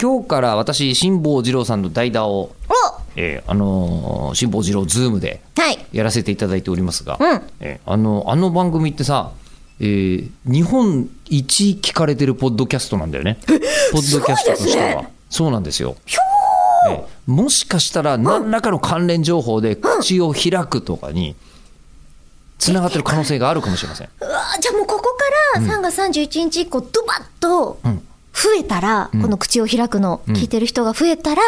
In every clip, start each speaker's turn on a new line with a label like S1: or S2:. S1: 今日から私辛坊治郎さんの代打を、えーあのー辛坊治郎ズームで
S2: はい。
S1: やらせていただいておりますが、
S2: うん
S1: えーあのあの番組ってさ、えー日本一聞かれてるポッドキャストなんだよねポッドキャストとして
S2: すごいです
S1: は、そうなんですよえーもしかしたら何らかの関連情報で口を開くとかにつながってる可能性があるかもしれません
S2: うわじゃあもうここから3月31日以降、ドバッと
S1: ん
S2: 増えたら、この口を開くの、聞いてる人が増えたら、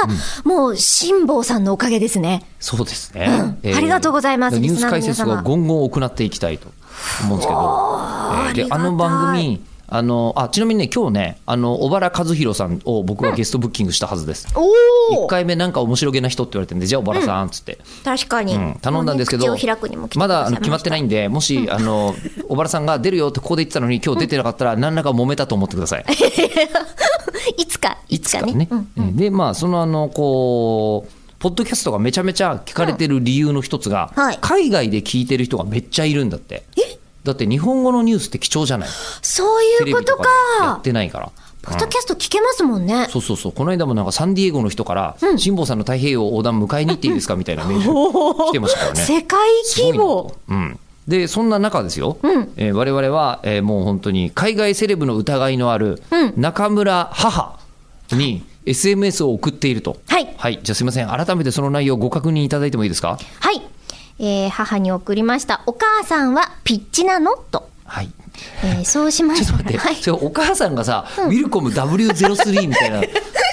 S2: もう辛坊さんのおかげですね。
S1: そうですね、
S2: うんありがとうございます
S1: ニュー
S2: リス
S1: ス
S2: ナーの
S1: 解
S2: 皆様
S1: 説はゴンゴン行っていきたいと思うんですけど、えーで
S2: ありがた
S1: あ
S2: い
S1: の番組あのあちなみにね今日ねあの小原和弘さんを僕はゲストブッキングしたはずです、一
S2: おお
S1: 1回目なんか面白げな人って言われてんでじゃあ小原さんっつって、
S2: 確かに、
S1: うん頼んだんですけど、
S2: もうね口を開くにも
S1: まだあの決まってないいんで、もし、あ の小原さんが出るよってここで言ってたのに、今日出てなかったら、何らか揉めたと思ってください。
S2: いつかいつかねうん
S1: で、まあ、そのあのこう、ポッドキャストがめちゃめちゃ聞かれてる理由の一つが、
S2: うんはい
S1: 海外で聞いてる人がめっちゃいるんだって。だって日本語のニュースって貴重じゃない。
S2: そう
S1: テ
S2: い
S1: レ
S2: うこ
S1: ビ
S2: と
S1: と
S2: か
S1: かでやってないから。
S2: ポッドキャスト聞けますもんね、
S1: そうそうそう、この間もなんかサンディエゴの人から、辛坊さんの太平洋横断迎えに行っていいですかみたいなメール来てましたから ね。
S2: 世界規模
S1: うん、でそんな中ですよ、えー我々は、えーもう本当に海外セレブの疑いのある中村母に SMS を送っていると。
S2: はい
S1: じゃあすみません、改めてその内容、ご確認いただいてもいいですか。
S2: はい、えー母に送りました「お母さんはピッチなの?」と、
S1: はい、
S2: えーそうしま
S1: ちょっと
S2: した
S1: 待って、
S2: はい
S1: それお母さんがさ、ウィルコム W03 みたい な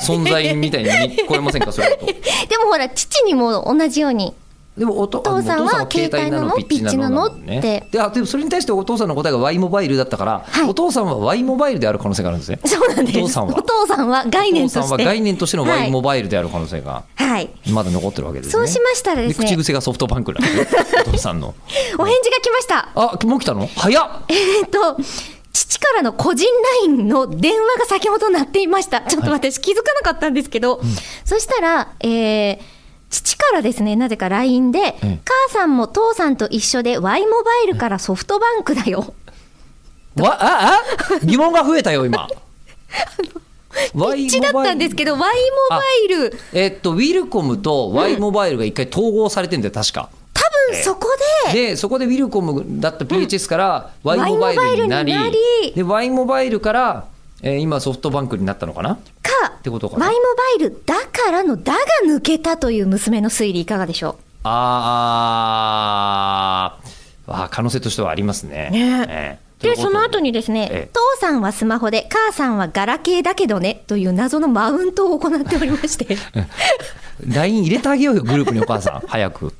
S1: 存在みたいに聞こえませんか、それだと。
S2: でもほら父にも同じように
S1: でもおとあ
S2: お父さんは
S1: お携帯なの
S2: 携帯なの
S1: ピッチなのだ
S2: ピッチなの
S1: もんね
S2: って
S1: であでもそれに対してお父さんの答えが Y モバイルだったから、
S2: はい
S1: お父さんは Y モバイルである可能性があるんですね
S2: そうなんです
S1: お父さんは
S2: さんは概念
S1: お
S2: として
S1: 父さんは概念としての Y モ
S2: も
S1: バイルである可能性が
S2: はい、はい
S1: まだ残ってるわけですね
S2: そうしましたらですね
S1: 口癖がソフトバンクなんでお父さん の
S2: お返事が来ました
S1: あもう来たの早っ
S2: えっと父からの個人 LINE の電話が先ほど鳴っていましたちょっと私気づかなかったんですけど、そしたら、えー父からですねなぜか LINE で、
S1: え
S2: 母さんも父さんと一緒で Y モバイルからソフトバンクだよ」
S1: わああ疑問が増えたよ 今 Y
S2: 父だったんですけど Y モバイル
S1: えっとウィルコムと Y モバイルが一回統合されてんだよ確か、
S2: 多分そこで
S1: でそこでウィルコムだった PHS から Y モバイルになり
S2: Y モバイルになり
S1: で Y モバイルから、えー今ソフトバンクになったのかな
S2: か
S1: てことか
S2: Y モ
S1: な
S2: バイルだからの「だ」が抜けたという娘の推理いかがでしょ
S1: あーあー可能性としてはありますね。
S2: ね
S1: え
S2: う
S1: え
S2: でその後にです
S1: え
S2: ね「父さんはスマホで母さんはガラケーだけどね」という謎のマウントを行っておりまして
S1: LINE 入れてあげようよグループにお母さん早く